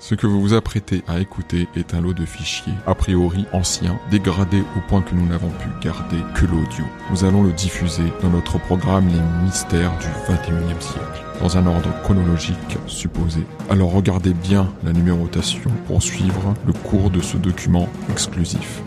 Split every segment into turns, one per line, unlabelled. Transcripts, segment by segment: Ce que vous vous apprêtez à écouter est un lot de fichiers, a priori anciens, dégradés au point que nous n'avons pu garder que l'audio. Nous allons le diffuser dans notre programme Les Mystères du 21e siècle, dans un ordre chronologique supposé. Alors regardez bien la numérotation pour suivre le cours de ce document exclusif.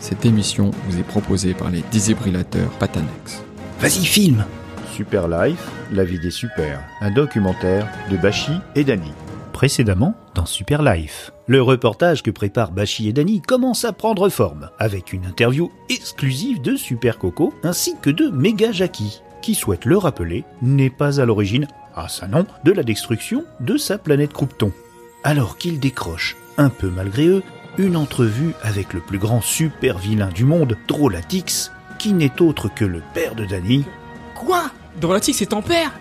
Cette émission vous est proposée par les désébrillateurs Patanex.
Vas-y, filme
Super Life, la vie des super, un documentaire de Bachi et Dani.
Précédemment, dans Super Life. Le reportage que préparent Bachi et Dani commence à prendre forme, avec une interview exclusive de Super Coco ainsi que de Mega Jackie, qui souhaite le rappeler, n'est pas à l'origine, ah ça non, de la destruction de sa planète Croupton. Alors qu'ils décrochent, un peu malgré eux, une entrevue avec le plus grand super vilain du monde, Drolatix, qui n'est autre que le père de Dani.
Quoi Drolatique, c'est ton père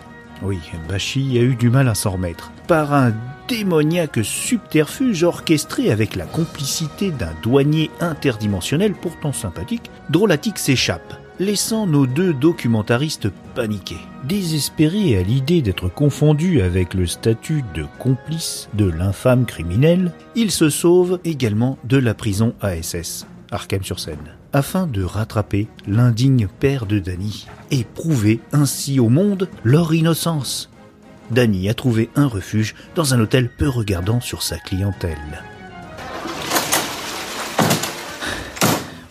Oui, Bashi a eu du mal à s'en remettre. Par un démoniaque subterfuge orchestré avec la complicité d'un douanier interdimensionnel pourtant sympathique, Drolatix s'échappe, laissant nos deux documentaristes paniqués, désespérés à l'idée d'être confondus avec le statut de complice de l'infâme criminel. Ils se sauvent également de la prison ASS, Arkham sur Seine, afin de rattraper l'indigne père de Danny et prouver ainsi au monde leur innocence. Danny a trouvé un refuge dans un hôtel peu regardant sur sa clientèle.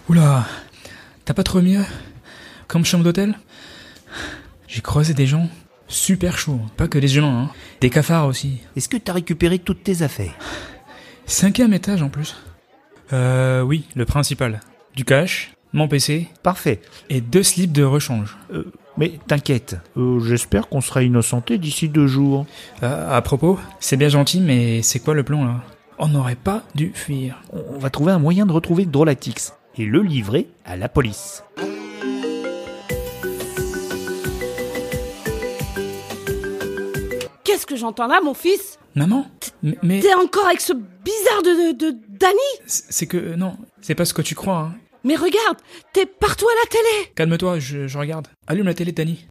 Oula, t'as pas trop mieux Comme chambre d'hôtel J'ai creusé des gens super chauds, pas que des humains, hein. des cafards aussi.
Est-ce que t'as récupéré toutes tes affaires
Cinquième étage en plus. Euh, oui, le principal. Du cash, mon PC
Parfait.
et deux slips de rechange.
Euh, mais t'inquiète, euh, j'espère qu'on sera innocenté d'ici deux jours.
Euh, à propos, c'est bien gentil, mais c'est quoi le plan là On n'aurait pas dû fuir.
On va trouver un moyen de retrouver Drolatix et le livrer à la police.
Qu'est-ce que j'entends là, mon fils
Maman M- Mais
T'es encore avec ce bizarre de, de, de Danny
c'est c'est que. euh, Non, c'est pas ce que tu crois, hein.
Mais regarde, t'es partout à la télé
Calme-toi, je, je regarde. Allume la télé, Danny.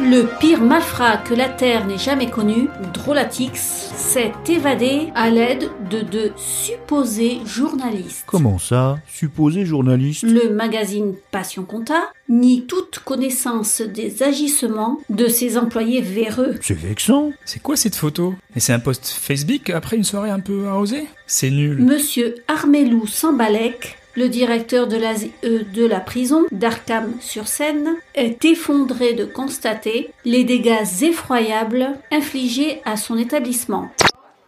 Le pire malfrat que la Terre n'ait jamais connu, Drolatix, s'est évadé à l'aide de deux supposés journalistes.
Comment ça Supposé journaliste
Le magazine Passion Compta nie toute connaissance des agissements de ses employés véreux.
C'est vexant.
C'est quoi cette photo Et c'est un post Facebook après une soirée un peu arrosée C'est nul.
Monsieur Armelou Sambalek, le directeur de la, euh, de la prison d'Arkham sur Seine, est effondré de constater les dégâts effroyables infligés à son établissement.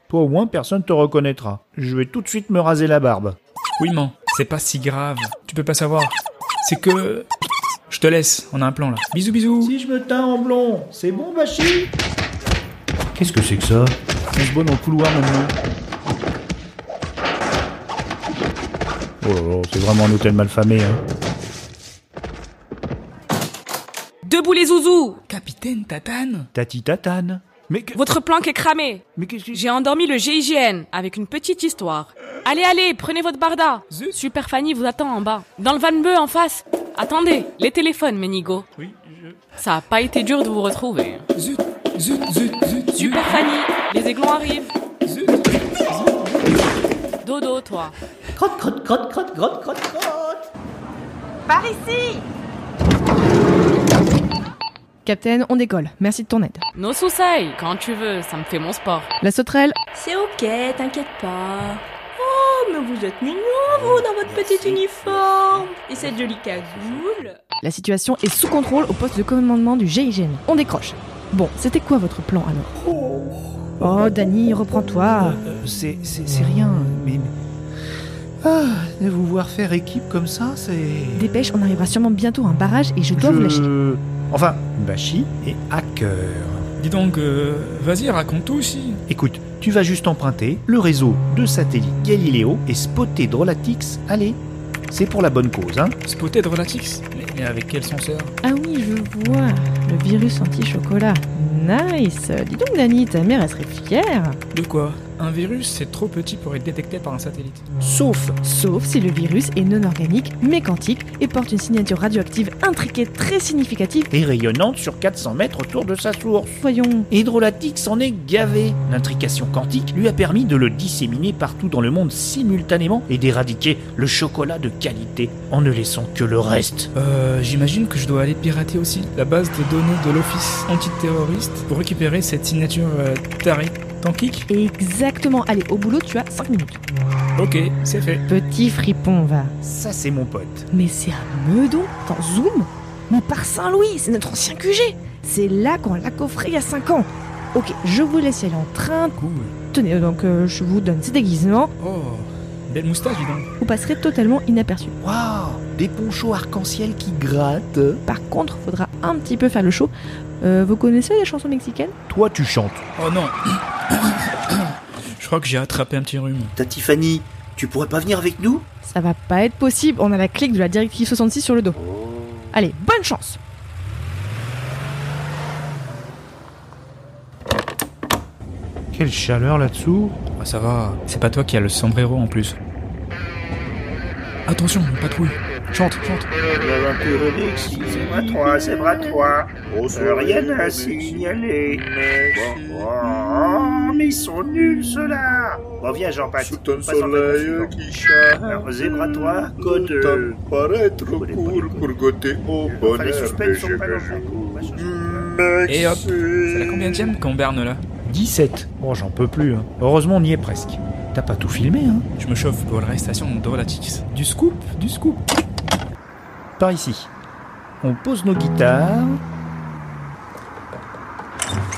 Toi au moins personne te reconnaîtra. Je vais tout de suite me raser la barbe.
Oui, man, c'est pas si grave. Tu peux pas savoir. C'est que. Je te laisse, on a un plan là. Bisous, bisous.
je me teins en blond, c'est bon Bachi Qu'est-ce que c'est que ça On se bat dans le couloir maintenant. Oh, là là, c'est vraiment un hôtel malfamé. Hein.
Debout les zouzous
Capitaine Tatane
Tati tatane. Mais que...
Votre planque est cramée
Mais qu'est-ce que...
J'ai endormi le GIGN avec une petite histoire. Allez, allez, prenez votre barda
Zut.
Super Fanny vous attend en bas. Dans le van bleu en face Attendez, les téléphones, Ménigo.
Oui, je.
Ça a pas été dur de vous retrouver.
Zut, zut, zut, zut, zut,
Super Fanny, les aiglons arrivent.
zut, zut.
Dodo, toi.
Captain, on décolle. Merci de ton aide.
No soucis, quand tu veux, ça me fait mon sport.
La sauterelle,
C'est ok, t'inquiète pas. Oh, mais vous êtes mignons, vous, dans votre petit uniforme. Et cette jolie cagoule.
la situation est sous contrôle au poste de commandement du GIGN. On décroche. Bon, c'était quoi votre plan alors Oh, Dany, reprends-toi.
Euh, C'est, c'est, c'est rien, mais... Ah, de vous voir faire équipe comme ça, c'est...
Dépêche, on arrivera sûrement bientôt à un barrage et je dois vous lâcher.
Je... Enfin, Bashi est hacker.
Dis donc, euh, vas-y, raconte tout aussi.
Écoute, tu vas juste emprunter le réseau de satellites Galileo et spotter Drolatix. Allez, c'est pour la bonne cause, hein
Spoté de Relatix mais, mais avec quel censeur
Ah oui, je vois. Le virus anti-chocolat. Nice. Dis donc, Dany, ta mère, elle serait fière.
De quoi Un virus, c'est trop petit pour être détecté par un satellite.
Sauf
Sauf si le virus est non organique, mais quantique, et porte une signature radioactive intriquée très significative.
et rayonnante sur 400 mètres autour de sa source.
Voyons,
Hydrolatique s'en est gavé. L'intrication quantique lui a permis de le disséminer partout dans le monde simultanément et d'éradiquer le chocolat de qualité en ne laissant que le reste.
Euh, j'imagine que je dois aller pirater aussi la base de données de l'Office antiterroriste pour récupérer cette signature euh, tarée. Tankique
exactement, allez, au boulot, tu as 5 minutes.
Ok, c'est fait.
Petit fripon, va.
Ça, c'est mon pote.
Mais c'est un meudon dans Zoom Mais par Saint-Louis, c'est notre ancien QG C'est là qu'on l'a coffré il y a 5 ans Ok, je vous laisse y aller en train.
Cool.
Tenez, donc euh, je vous donne ces déguisements,
Oh, belle moustache, dis donc.
vous passerez totalement inaperçu.
Waouh Des ponchos arc-en-ciel qui grattent.
Par contre, faudra un petit peu faire le show. Euh, vous connaissez les chansons mexicaines
Toi, tu chantes.
Oh non Je crois que j'ai attrapé un petit rhume.
T'as Tiffany, tu pourrais pas venir avec nous
Ça va pas être possible, on a la clique de la directive 66 sur le dos. Allez, bonne chance
Quelle chaleur là-dessous
Ah, ça va, c'est pas toi qui as le sombrero en plus. Attention, une patrouille. Chante, chante.
C'est pas toi, c'est pas toi.
Euh,
Rien à signaler. Oh, mais ils sont nuls ceux-là.
Reviens Jean-Pat.
Sous ton soleil qui
Alors,
chante,
zébra-toi,
tout
côte.
en paraître court pour goûter au
Enfin, les
bonheur
suspects
de
ne sont pas dans le groupe.
Et hop, C'est la combien de qu'on berne là
17. Oh, j'en peux plus. hein. Heureusement, on y est presque. T'as pas tout filmé, hein
Je me chauffe pour l'arrestation de Dolatix. Du scoop, du scoop.
Par ici. On pose nos guitares.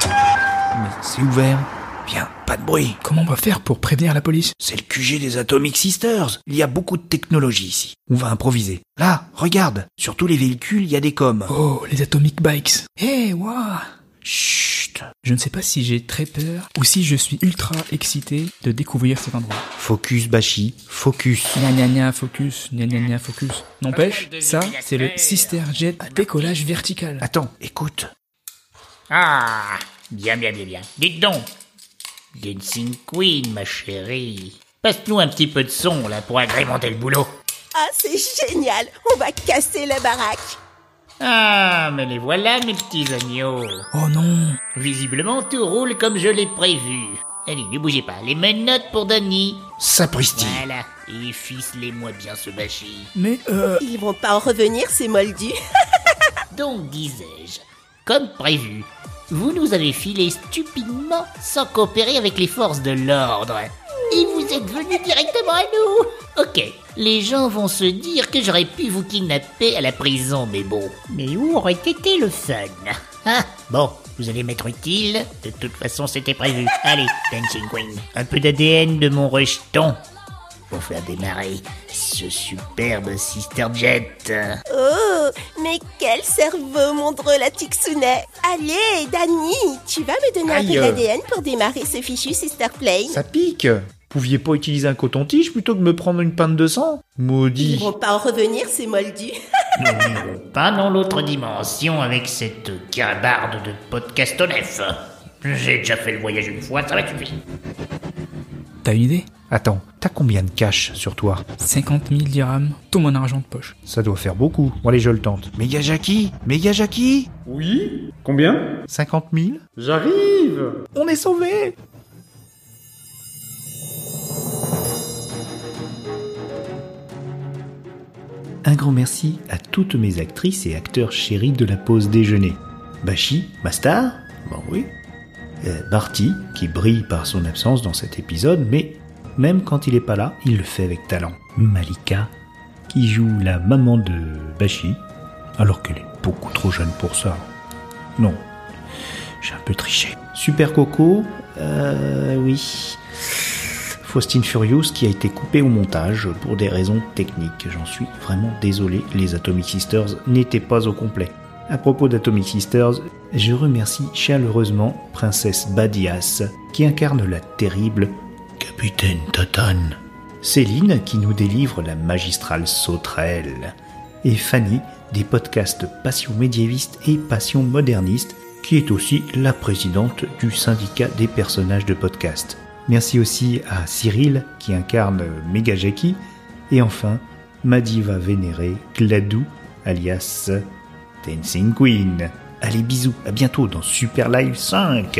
Mais c'est ouvert. Bien, pas de bruit.
Comment on va faire pour prévenir la police
C'est le QG des Atomic Sisters. Il y a beaucoup de technologie ici. On va improviser. Là, regarde. Sur tous les véhicules, il y a des coms.
Oh, les Atomic Bikes. Hey, waouh
Chut.
Je ne sais pas si j'ai très peur ou si je suis ultra excité de découvrir cet endroit.
Focus, Bashi. Focus.
Gna gna gna focus, gna gna gna focus. N'empêche, ça, c'est le Sister Jet à décollage vertical.
Attends, écoute.
Ah, bien, bien, bien, bien. Dites donc. Dancing Queen, ma chérie. Passe-nous un petit peu de son, là, pour agrémenter le boulot.
Ah, c'est génial On va casser la baraque
Ah, mais les voilà, mes petits agneaux.
Oh non
Visiblement, tout roule comme je l'ai prévu. Allez, ne bougez pas. Les menottes pour Danny.
Sapristi.
Voilà. Et ficelez-moi bien ce bâchis.
Mais euh...
Ils vont pas en revenir, ces moldus
Donc, disais-je, comme prévu, vous nous avez filé stupidement sans coopérer avec les forces de l'ordre. Et vous êtes venus directement à nous Ok, les gens vont se dire que j'aurais pu vous kidnapper à la prison, mais bon. Mais où aurait été le fun Ah, bon, vous allez m'être utile. De toute façon, c'était prévu. Allez, Dancing Queen, un peu d'ADN de mon rejeton pour faire démarrer ce superbe Sister Jet.
Oh, mais quel cerveau, mon drôle à Tixounet Allez, Dani, tu vas me donner un
Aïe.
peu d'ADN pour démarrer ce fichu Sister Plane
Ça pique. Pouviez pas utiliser un coton-tige plutôt que me prendre une panne de sang
Ils
Maudit.
vont pas en revenir, ces moldus
Nous n'irons pas dans l'autre dimension avec cette carabarde de podcast neuf. J'ai déjà fait le voyage une fois, ça va suffire.
T'as une idée
Attends, t'as combien de cash sur toi
50 000 dirhams, tout mon argent de poche.
Ça doit faire beaucoup. Bon, allez, je le tente. Mais y'a Jackie Mais y'a Jackie
Oui Combien
50 000
J'arrive
On est sauvés Un grand merci à toutes mes actrices et acteurs chéris de la pause déjeuner. Bashi, ma star, ben oui. Euh, Barty, qui brille par son absence dans cet épisode, mais même quand il n'est pas là, il le fait avec talent. Malika, qui joue la maman de Bashi, alors qu'elle est beaucoup trop jeune pour ça. Non, j'ai un peu triché. Super Coco, euh, oui. Faustine Furious qui a été coupée au montage pour des raisons techniques. J'en suis vraiment désolé, les Atomic Sisters n'étaient pas au complet. À propos d'Atomic Sisters, je remercie chaleureusement Princesse Badias qui incarne la terrible Capitaine Tatane. Céline qui nous délivre la magistrale sauterelle. Et Fanny des podcasts Passion médiéviste et Passion moderniste qui est aussi la présidente du syndicat des personnages de podcast. Merci aussi à Cyril qui incarne Mega Jackie. Et enfin, ma diva vénérée, Gladou, alias Dancing Queen. Allez, bisous, à bientôt dans Super Live 5.